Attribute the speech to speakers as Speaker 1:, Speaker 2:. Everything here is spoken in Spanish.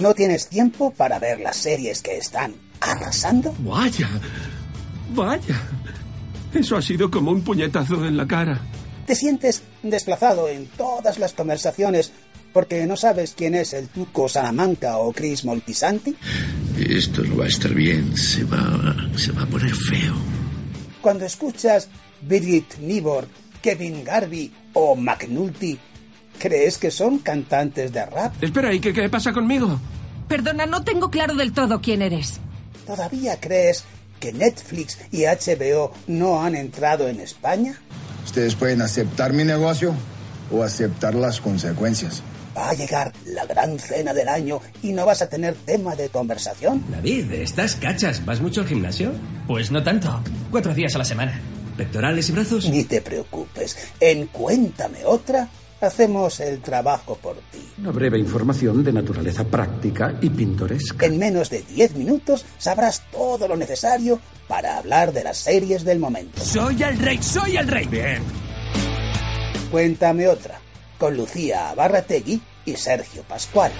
Speaker 1: No tienes tiempo para ver las series que están arrasando.
Speaker 2: Vaya, vaya. Eso ha sido como un puñetazo en la cara.
Speaker 1: Te sientes desplazado en todas las conversaciones porque no sabes quién es el Tuco Salamanca o Chris Moltisanti.
Speaker 3: Esto no va a estar bien, se va, se va a poner feo.
Speaker 1: Cuando escuchas Birgit Nibor, Kevin Garvey o McNulty, ¿crees que son cantantes de rap?
Speaker 2: Espera, ¿y qué, qué pasa conmigo?
Speaker 4: Perdona, no tengo claro del todo quién eres.
Speaker 1: ¿Todavía crees que Netflix y HBO no han entrado en España?
Speaker 5: Ustedes pueden aceptar mi negocio o aceptar las consecuencias.
Speaker 1: Va a llegar la gran cena del año y no vas a tener tema de conversación.
Speaker 6: David, estás cachas. ¿Vas mucho al gimnasio?
Speaker 7: Pues no tanto. Cuatro días a la semana.
Speaker 6: ¿Pectorales y brazos?
Speaker 1: Ni te preocupes. En Cuéntame otra, hacemos el trabajo por ti.
Speaker 8: Una breve información de naturaleza práctica y pintoresca.
Speaker 1: En menos de 10 minutos sabrás todo lo necesario para hablar de las series del momento.
Speaker 7: ¡Soy el rey! ¡Soy el rey!
Speaker 6: Bien.
Speaker 1: Cuéntame otra, con Lucía Abarrategui y Sergio Pascual.